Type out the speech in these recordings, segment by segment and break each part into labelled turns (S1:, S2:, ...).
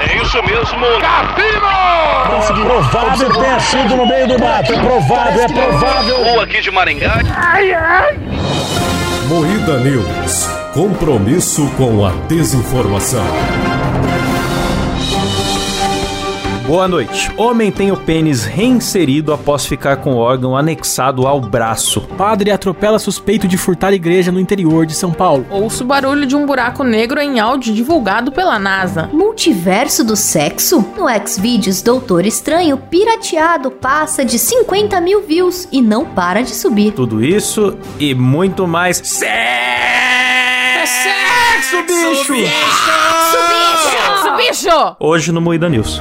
S1: É isso mesmo, Capino!
S2: Conseguiu. Provável ter sido no meio do mato. É provável, é provável.
S1: Ou aqui de Maringá.
S3: Moída News. Compromisso com a desinformação.
S4: Boa noite. Homem tem o pênis reinserido após ficar com o órgão anexado ao braço.
S5: Padre atropela suspeito de furtar igreja no interior de São Paulo.
S6: Ouça o barulho de um buraco negro em áudio divulgado pela NASA.
S7: Multiverso do sexo? No Xvideos Doutor Estranho, pirateado passa de 50 mil views e não para de subir.
S4: Tudo isso e muito mais. Sexo, É
S6: É
S4: bicho! Ah!
S6: Isso, bicho!
S4: Hoje no Moída News.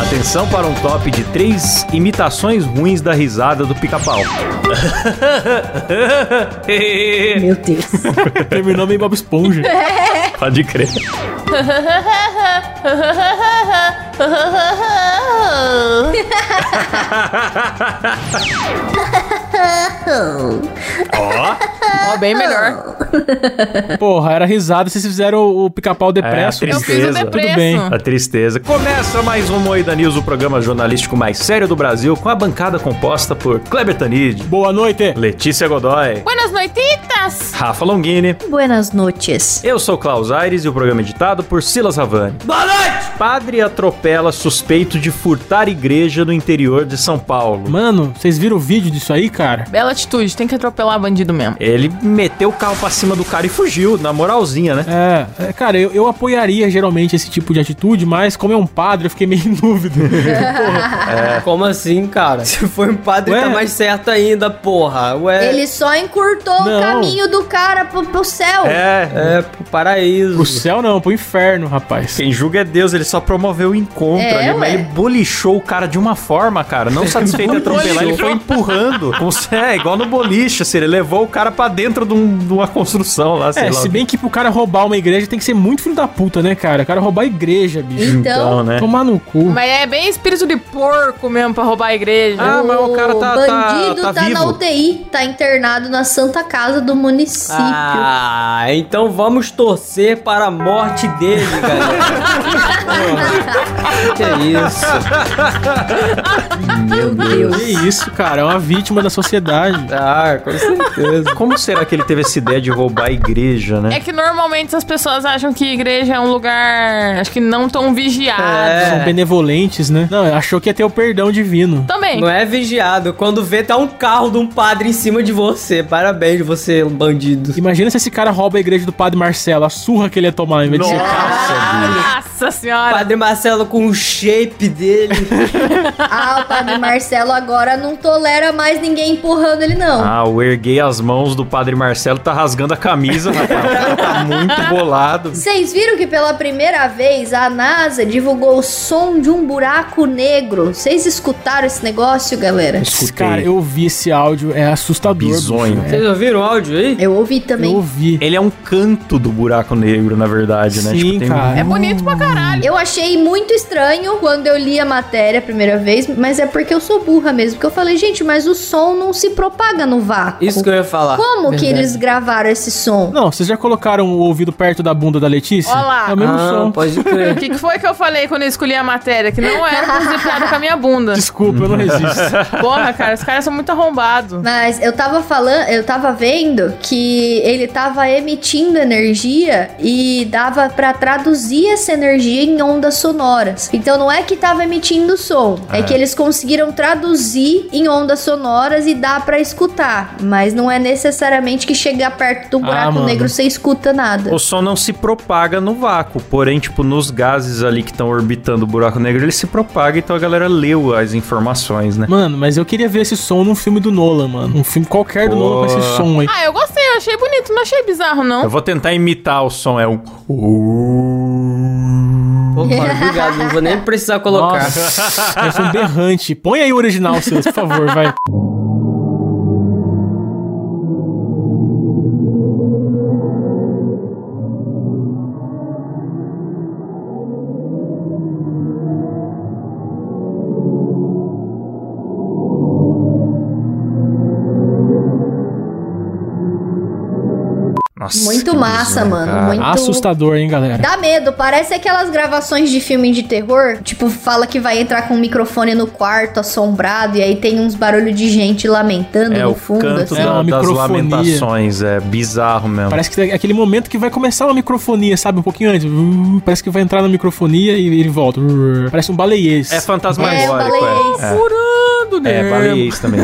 S4: Atenção para um top de três imitações ruins da risada do pica-pau.
S7: Meu Deus.
S5: Terminou bem é Bob Esponja.
S4: Pode crer.
S6: Ó, bem melhor.
S5: Porra, era risada se vocês fizeram o, o pica-pau depresso.
S4: É,
S6: Eu fiz o
S4: Tristeza.
S6: depresso.
S5: Tudo bem.
S4: A tristeza. Começa mais um Moída News, o programa jornalístico mais sério do Brasil, com a bancada composta por Kleber Tanid,
S5: Boa noite.
S4: Letícia Godoy,
S6: Buenas noititas!
S4: Rafa Longini,
S7: Buenas noches.
S4: Eu sou Klaus Aires e o programa é editado por Silas Havani. Boa noite! Padre atropela suspeito de furtar igreja no interior de São Paulo.
S5: Mano, vocês viram o vídeo disso aí, cara?
S6: Bela atitude, tem que atropelar bandido mesmo.
S4: Ele meteu o carro pra cima do cara e fugiu, na moralzinha, né?
S5: É, é, cara, eu, eu apoiaria geralmente esse tipo de atitude, mas como é um padre, eu fiquei meio em dúvida.
S8: Como assim, cara? Se foi um padre,
S5: Ué?
S8: tá mais certo ainda, porra.
S4: É.
S8: Ué.
S7: Ele só encurtou
S5: Não.
S7: o caminho do cara pro, pro céu.
S4: É.
S8: É, pro paraíso.
S5: pro céu não, pro inferno, rapaz.
S4: Quem julga é Deus, ele só promoveu o encontro
S7: É,
S4: ali, mas
S7: ué.
S4: ele bolichou o cara de uma forma, cara. Não satisfeito em atropelar, ele foi empurrando. Como se- É, igual no boliche, assim, ele levou o cara pra dentro de, um- de uma construção lá, sei
S5: É,
S4: lá.
S5: se bem que pro cara roubar uma igreja tem que ser muito filho da puta, né, cara? O cara roubar a igreja, bicho.
S7: Então,
S4: né?
S5: Tomar no cu.
S6: Mas é bem espírito de porco mesmo pra roubar a igreja.
S4: Ah, mas o cara tá- tá-
S7: bandido
S4: tá
S7: tá,
S4: vivo.
S7: na UTI, tá internado na Santa Casa do município.
S8: Ah, então vamos torcer para a morte dele, galera. Porra. que é isso?
S7: Meu Deus.
S5: Que isso, cara? É uma vítima da sociedade.
S8: Ah, com certeza.
S4: Como será que ele teve essa ideia de roubar a igreja, né?
S6: É que normalmente as pessoas acham que igreja é um lugar, acho que não tão vigiado.
S8: É.
S5: São benevolentes, né? Não, achou que ia ter o perdão divino.
S6: Também.
S8: Não é vigiado. Quando vê, tá um carro de um padre em cima de você. Parabéns, você bandido.
S5: Imagina se esse cara rouba a igreja do padre Marcelo, a surra que ele ia tomar em vez de ser
S6: Ah, Nossa senhora.
S8: Padre Marcelo com o shape dele.
S7: Ah, o padre Marcelo agora não tolera mais ninguém empurrando ele, não.
S4: Ah, o erguei as mãos do padre Marcelo, tá rasgando a camisa, rapaz. O cara tá muito bolado.
S7: Vocês viram que pela primeira vez a NASA divulgou o som de um buraco negro? Vocês escutaram esse negócio, galera?
S5: Esse
S4: Escutei.
S5: Cara, eu ouvi esse áudio, é assustador.
S4: Bizonho.
S5: bicho.
S8: Vocês ouviram o áudio aí?
S7: Eu ouvi
S5: É, eu
S7: também. Eu,
S5: ouvi.
S4: Ele é um canto do buraco negro, na verdade, né?
S5: Sim,
S4: tem
S5: cara.
S6: É bonito pra caralho.
S7: achei muito estranho quando eu li a matéria a primeira vez, mas é porque eu sou burra mesmo. Porque eu falei, gente, mas o som não se propaga no vácuo.
S8: É, Isso que eu ia falar.
S7: Como que
S8: Verdade.
S7: eles gravaram esse som?
S5: Não, vocês já colocaram o ouvido perto da bunda da Letícia?
S6: Ó lá.
S5: É o mesmo
S8: ah,
S5: som.
S8: pode
S6: O
S8: crer.
S6: que, que foi que eu falei quando eu escolhi a matéria? Que não era pra zipado com a minha bunda.
S5: Desculpa, eu não resisto.
S6: Porra, cara, os caras são muito arrombados.
S7: Mas eu tava falando, eu tava vendo que ele tava emitindo energia e dava pra traduzir essa energia em ondas sonoras. Então não é que tava emitindo som, é que eles conseguiram traduzir em ondas sonoras e dá pra escutar, mas não é necessariamente que chegar perto do buraco
S5: mano.
S7: negro você escuta nada.
S4: O som não se propaga no vácuo, porém, tipo, nos gases ali que estão orbitando o buraco negro, ele se propaga, então a galera leu as informações, né?
S5: mano, mas eu queria ver esse som num filme do Nolan, mano. Um filme qualquer do
S4: Boa.
S5: Nolan com esse som aí.
S6: Ah, eu gostei, eu achei bonito, não achei bizarro,
S4: Eu
S6: não.
S4: vou tentar imitar o som, é um...
S8: Pô, cara, obrigado. Não vou nem precisar colocar.
S5: Deve ser um berrante. Põe aí o original, Silas, por favor, vai.
S4: Nossa,
S7: Muito
S4: que
S7: massa,
S4: bizonho,
S7: mano,
S4: né, cara.
S7: muito-
S5: Assustador, hein, galera?
S7: Dá medo, parece aquelas gravações de filme de terror, tipo, fala que vai entrar com um microfone no quarto assombrado e aí tem uns barulho de gente lamentando
S4: É
S7: no
S4: o
S7: fundo,
S4: canto
S7: assim.
S5: É
S4: da,
S5: uma
S4: das
S5: microfonia.
S4: lamentações, é bizarro mesmo.
S5: Parece que é aquele momento que vai começar uma microfonia, sabe? Um pouquinho antes. Hum, Parece que vai entrar na microfonia e ele volta. Hum, Parece um baleiês.
S4: É fantasmagórico,
S7: É, baleiês.
S4: é. É,
S5: né?
S4: é baleiês também.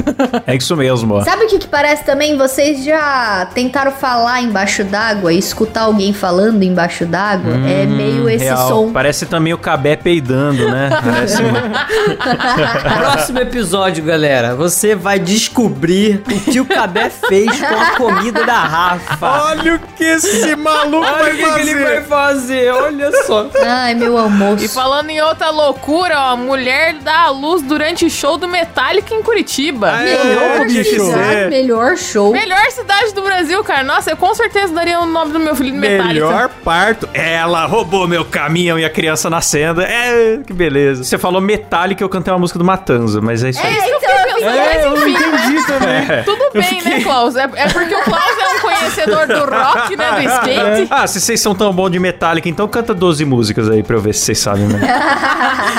S4: É isso mesmo, ó.
S7: Sabe o que, que parece também? Vocês já tentaram falar embaixo d'água e escutar alguém falando embaixo d'água? é meio esse
S4: Real.
S7: som.
S4: Parece também o Cabé peidando, né? Parece um-
S8: Próximo episódio, galera. Você vai descobrir o que o Cabé fez com a comida da Rafa.
S4: Olha o que esse maluco
S8: Olha o que, que ele vai fazer. Olha só.
S7: Ai, meu almoço.
S6: E falando em outra loucura, ó, mulher dá à luz durante show do Metallica em Curitiba.
S4: Ah, é?
S7: Melhor,
S4: Eu tinha que
S7: lugar,
S4: ser.
S7: melhor show.
S6: Melhor cidade do Brasil, cara. Nossa, eu com certeza daria o nome do meu filho de Metallica.
S4: Melhor parto. Ela roubou meu caminhão e a criança nascendo. É, que beleza. Você falou Metallica, eu cantei uma música do Matanza, mas é isso aí.
S7: É, então, eu fiquei-
S6: Mas enfim,
S5: entendi também.
S6: tudo bem, né, Klaus? É, é porque o Klaus é um conhecedor do rock, né, do skate.
S4: Ah, se vocês são tão bons de Metallica, então canta 12 músicas aí pra eu ver se vocês sabem, né?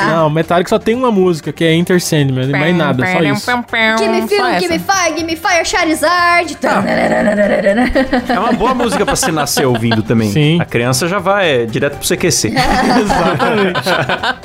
S5: Não, Metallica só tem uma música, que é Enter Sandman. Mais nada, só isso.
S7: Gimme Film, Gimme Fire, Gimme Fire, Charizard.
S4: É uma boa música pra se nascer ouvindo também.
S5: Sim.
S4: A criança já vai é, direto pro CQC.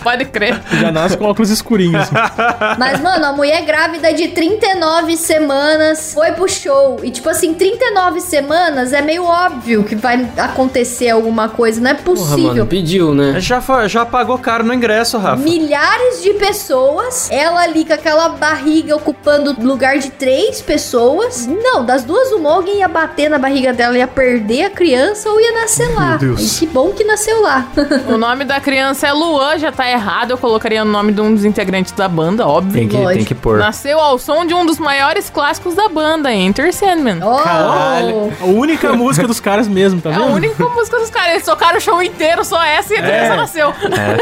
S6: Pode crer.
S5: Já nasce com óculos escurinhos. assim.
S7: Mas, mano, a mulher grávida de 39 semanas foi pro show. E, tipo assim, 39 semanas é meio óbvio que vai acontecer alguma coisa. Não é
S8: Porra,
S7: possível.
S8: mano, pediu, né?
S4: já, fa- já pagou caro no ingresso, Rafa.
S7: Milhares de pessoas, ela ali com aquela barriga ocupando o lugar de três pessoas. Não, das duas, uma alguém ia bater na barriga dela, ia perder a criança ou ia nascer lá.
S4: Deus.
S7: E que bom que nasceu lá.
S6: O nome da criança é Luan, já tá errado. Eu colocaria o nome de um dos integrantes da banda, óbvio.
S4: Tem que,
S7: Lógico.
S4: tem que pôr.
S6: Nasceu ao som de um dos maiores clássicos da banda, Enter Sandman.
S7: Oh,
S5: Caralho. A única música dos caras mesmo, tá
S6: É
S5: vendo?
S6: a única música dos caras. Eles tocaram o show inteiro, só essa e a criança nasceu.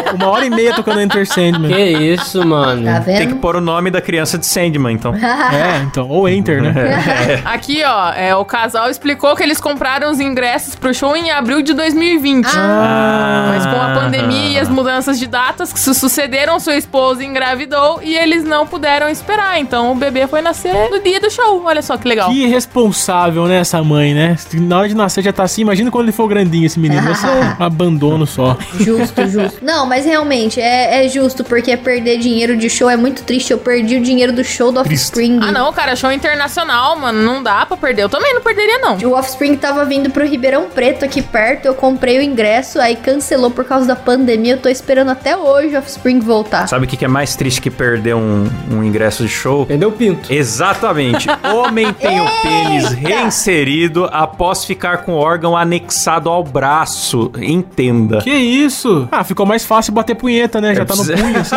S4: É.
S5: Uma hora e meia tocando Enter Sandman.
S8: Que isso, mano.
S7: tá
S4: Tem que
S7: vendo?
S4: pôr o nome da criança de Sandman, então.
S5: É, então. Ou Enter,
S4: É.
S5: né?
S6: Aqui, ó, é, o casal explicou que eles compraram os ingressos pro show em abril de 2020. Mas com a pandemia e as mudanças de datas que se sucederam, sua esposa engravidou e eles não puderam esperar. Então o bebê foi nascer no dia do show. Olha só que legal.
S5: Que irresponsável, né, essa mãe, né? Na hora de nascer já tá assim. Imagina quando ele for grandinho, esse menino. Vai ser um abandono só.
S7: Justo, justo. Não, mas realmente é, é justo, porque perder dinheiro de show é muito triste. Eu perdi o dinheiro do show do Offspring.
S6: Ah, não, cara, show internacional, mano. Não dá pra perder. Eu também não perderia, não.
S7: O Offspring tava vindo pro Ribeirão Preto aqui perto. Eu comprei o ingresso, aí cancelou por causa da pandemia. Eu tô esperando até hoje o Offspring voltar.
S4: Sabe o que que é mais triste que perder um, um ingresso de show?
S8: Perdeu o pinto.
S4: Exatamente. Homem tem o pênis reinserido após ficar com o órgão anexado ao braço. Entenda.
S5: Que isso? Ah, ficou mais fácil bater punheta, né? Já tá no punho.
S4: assim,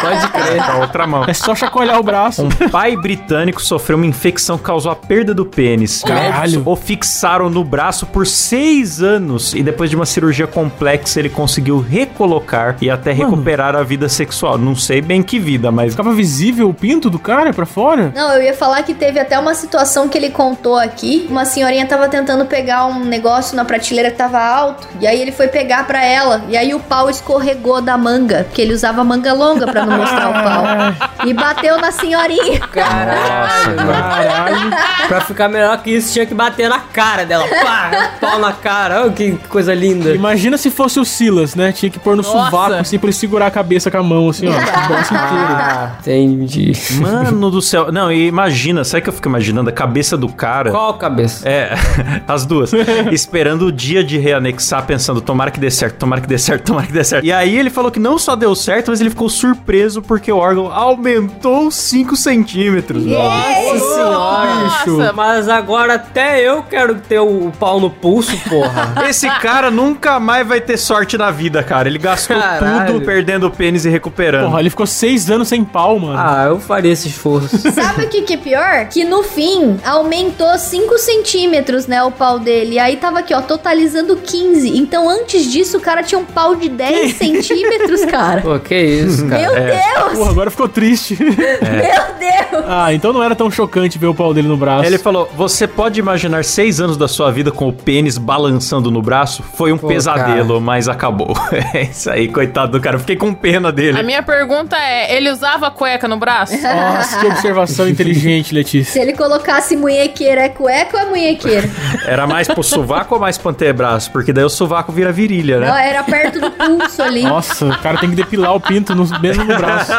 S4: Pode crer. Com a outra mão.
S5: É só chacoalhar o braço.
S4: Um pai britânico sofreu uma infecção que causou a perda do pênis. tá?
S5: Caralho.
S4: O fixaram no braço por seis anos e depois de uma cirurgia complexa ele conseguiu recolocar e até recuperar a vida sexual. Não sei bem que vida, mas
S5: Ficava visível o pinto do cara pra fora?
S7: Não, eu ia falar que teve até uma situação que ele contou aqui. Uma senhorinha tava tentando pegar um negócio na prateleira que tava alto. E aí ele foi pegar pra ela. E aí o pau escorregou da manga. Porque ele usava manga longa pra não mostrar o pau. E bateu na senhorinha.
S8: Caralho,
S5: Caralho.
S8: Pra ficar melhor que isso, tinha que bater na cara dela. Pá, pau na cara. Olha que coisa linda.
S5: Imagina se fosse o Silas, né? Tinha que pôr no
S6: Nossa.
S5: sovaco, assim, pra ele segurar a cabeça com a mão, assim, ó. O braço inteiro.
S8: Ah, entendi.
S4: Mano do céu. Não, e imagina, sabe o que eu fico imaginando? A cabeça do cara.
S8: Qual cabeça?
S4: É, as duas. Esperando o dia de reanexar, pensando, tomara que dê certo, tomara que dê certo, tomara que dê certo. E aí ele falou que não só deu certo, mas ele ficou surpreso porque o órgão aumentou 5 centímetros.
S8: Nossa senhora,
S6: Nossa,
S8: bicho. Mas agora até eu quero ter o pau no pulso, porra.
S4: Esse cara nunca mais vai ter sorte na vida, cara. Ele gastou
S8: Caralho.
S4: tudo perdendo o pênis e recuperando.
S5: Porra, ele ficou seis anos sem pau, mano.
S8: Ah, eu faria esse esforço.
S7: Sabe o que, que é pior? Que no fim aumentou 5 centímetros, né? O pau dele. E aí tava aqui, ó, totalizando 15. Então antes disso, o cara tinha um pau de 10 centímetros, cara.
S8: Pô, que isso,
S4: É.
S8: cara.
S7: Meu Deus!
S5: Porra, agora ficou triste.
S7: Meu Deus!
S5: ah, então não era tão chocante ver o pau dele no braço.
S4: Ele falou: Você pode imaginar seis anos da sua vida com o pênis balançando no braço? Foi um
S8: Pô,
S4: pesadelo, mas acabou. É isso aí, coitado do cara. Fiquei com pena
S6: A
S4: dele.
S6: minha pergunta é: ele usava cueca no braço?
S5: Nossa, que observação inteligente, Letícia.
S7: Se ele colocasse munhequeira é cueca ou é munhequeira?
S4: Era mais pro sovaco ou mais pro antebraço? Porque daí o sovaco vira virilha,
S7: Não,
S4: né?
S7: era perto do pulso ali.
S5: Nossa, o cara tem que depilar o pinto no, mesmo no braço.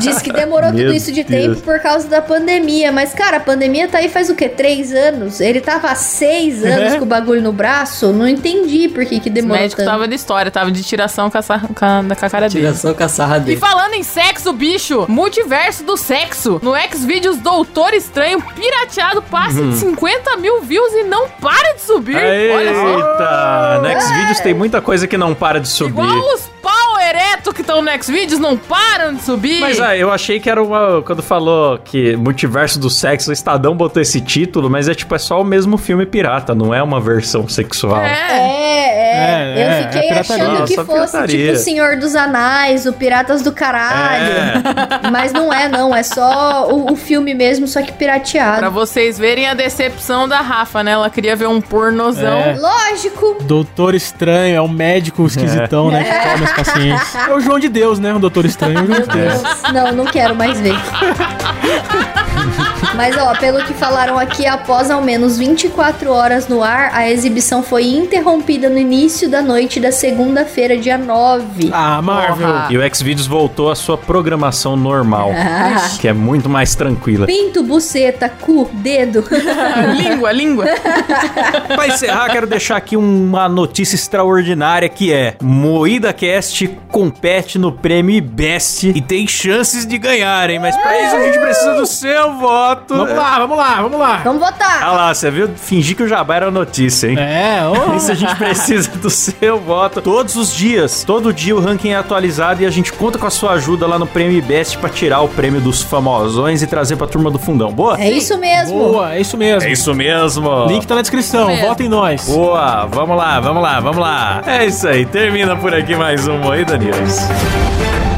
S7: Diz que demorou
S4: Meu
S7: tudo isso de
S4: Deus.
S7: tempo por causa da pandemia. Mas, cara, a pandemia tá aí faz o quê? Três anos? Ele tava há seis
S6: É.
S7: anos com o bagulho no braço? Não entendi por que, que
S6: O
S7: demorou
S6: médico
S7: tanto.
S6: tava de história, tava de tiração com a, sarra- com a- com a cara dele.
S8: Tiração com a sarra
S6: E
S8: dele.
S6: falando em sexo, bicho, multiverso do sexo. No Xvideos Doutor Estranho, pirateado, passa de 50 mil views e não para de subir. é Olha só. É.
S4: Eita! No Xvideos tem muita coisa que não para de subir.
S6: Igual os pau ereto que estão no Xvideos não param de subir.
S4: Mas ah, eu achei que era uma. Quando falou que multiverso do sexo, o Estadão botou esse título, mas é tipo, é só o mesmo filme pirata, não é uma versão sexual.
S6: é.
S7: É, é,
S5: É, é,
S7: eu fiquei
S5: é pirataria,
S7: achando que
S4: só
S7: fosse
S4: pirataria.
S7: tipo o Senhor dos Anais, o Piratas do Caralho. Mas não é, não. É só o, o filme mesmo, só que
S6: Pra
S7: pirateado.
S6: vocês verem a decepção da Rafa, né? Ela queria ver um pornozão.
S5: É.
S7: Lógico!
S5: Doutor Estranho é um médico esquisitão, né? Que toma os pacientes. É o João de Deus, né? O Doutor Estranho é o João de Deus.
S7: Não, não quero mais ver. Mas ó, pelo que falaram aqui, após ao menos 24 horas no ar, a exibição foi interrompida no início da noite da segunda-feira, dia 9.
S5: Ah, Marvel.
S6: Porra.
S4: E o Xvideos voltou à sua programação normal, que é muito mais tranquila.
S7: Pinto, buceta, cu, dedo.
S6: língua, língua.
S4: Pra encerrar, quero deixar aqui uma notícia extraordinária que é Moída Cast compete no prêmio Best e tem chances de ganhar, hein? Mas pra isso a gente precisa do seu voto.
S5: Vamos lá, vamos lá, vamos lá.
S7: Vamos votar!
S4: Ah lá, você viu? Fingir que o Jabá era notícia, hein?
S5: É, ô.
S4: Isso a gente precisa do seu voto todos os dias. Todo dia o ranking é atualizado e a gente conta com a sua ajuda lá no Prêmio Best pra tirar o prêmio dos famosões e trazer pra turma do fundão. Boa?
S7: É isso mesmo!
S5: Boa, é isso mesmo.
S4: É isso mesmo.
S5: Link tá na descrição,
S6: Isso mesmo.
S5: vota em nós.
S4: Boa, vamos lá, vamos lá, vamos lá. É isso aí, termina por aqui mais um Moída News.